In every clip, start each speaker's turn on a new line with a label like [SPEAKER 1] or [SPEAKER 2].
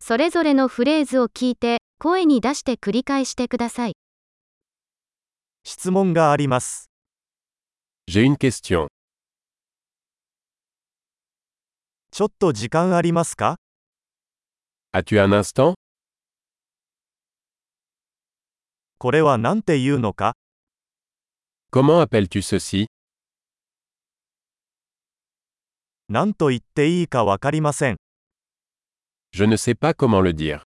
[SPEAKER 1] それぞれのフレーズを聞いて、声に出して繰り返してください。
[SPEAKER 2] 質問があります。
[SPEAKER 3] J'ai une question.
[SPEAKER 2] ちょっと時間ありますか
[SPEAKER 3] As-tu un instant
[SPEAKER 2] これは何て言うのか
[SPEAKER 3] Comment appelles-tu ceci
[SPEAKER 2] 何と言っていいかわかりません。
[SPEAKER 3] Je ne sais pas comment le dire.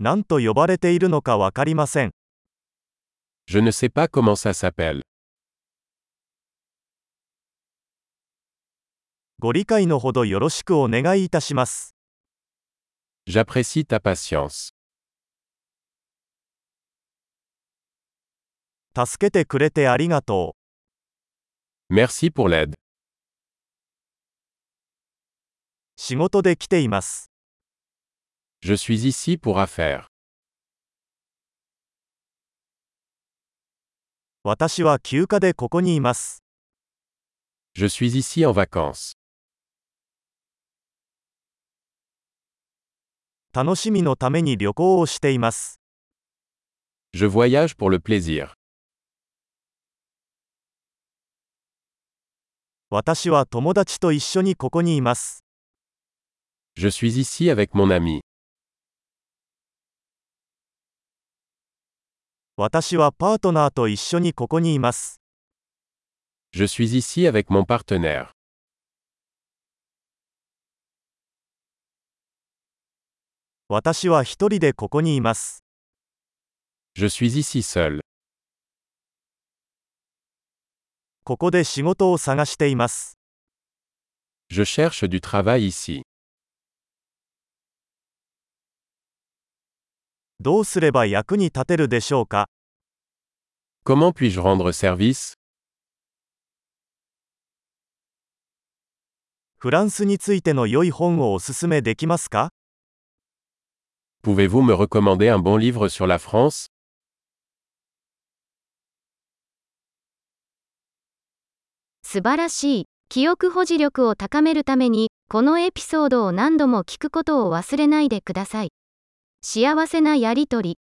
[SPEAKER 2] 何と呼ばれているのかわかりません。
[SPEAKER 3] Je ne sais pas comment ça s'appelle.
[SPEAKER 2] ご理解のほどよろしくお願いいたします。
[SPEAKER 3] J'apprécie ta patience.
[SPEAKER 2] 助けてくれてありがと
[SPEAKER 3] Merci pour
[SPEAKER 2] う。
[SPEAKER 3] l'aide.
[SPEAKER 2] 仕事で来ています。
[SPEAKER 3] Je suis ici pour affaires.
[SPEAKER 2] 私は休暇でここにいます。
[SPEAKER 3] Je suis ici en vacances.
[SPEAKER 2] 楽しみのために旅行をしています。
[SPEAKER 3] Je voyage pour le plaisir.
[SPEAKER 2] 私は友達と一緒にここにいます。
[SPEAKER 3] Je suis ici avec mon ami.
[SPEAKER 2] 私はパートナーと一緒にここにいます。
[SPEAKER 3] Je suis ici avec mon partenaire.
[SPEAKER 2] 私は一人でここにいます。
[SPEAKER 3] Je suis ici seul.
[SPEAKER 2] ここで仕事を探しています。
[SPEAKER 3] Je cherche du travail ici.
[SPEAKER 2] どうすれば役に立てるでしょうか
[SPEAKER 3] Comment puis-je rendre service
[SPEAKER 2] フランスについての良い本をおすすめできますか
[SPEAKER 3] Pouvez-vous me recommander un bon livre sur la France
[SPEAKER 1] 素晴らしい。記憶保持力を高めるために、このエピソードを何度も聞くことを忘れないでください。幸せなやりとり。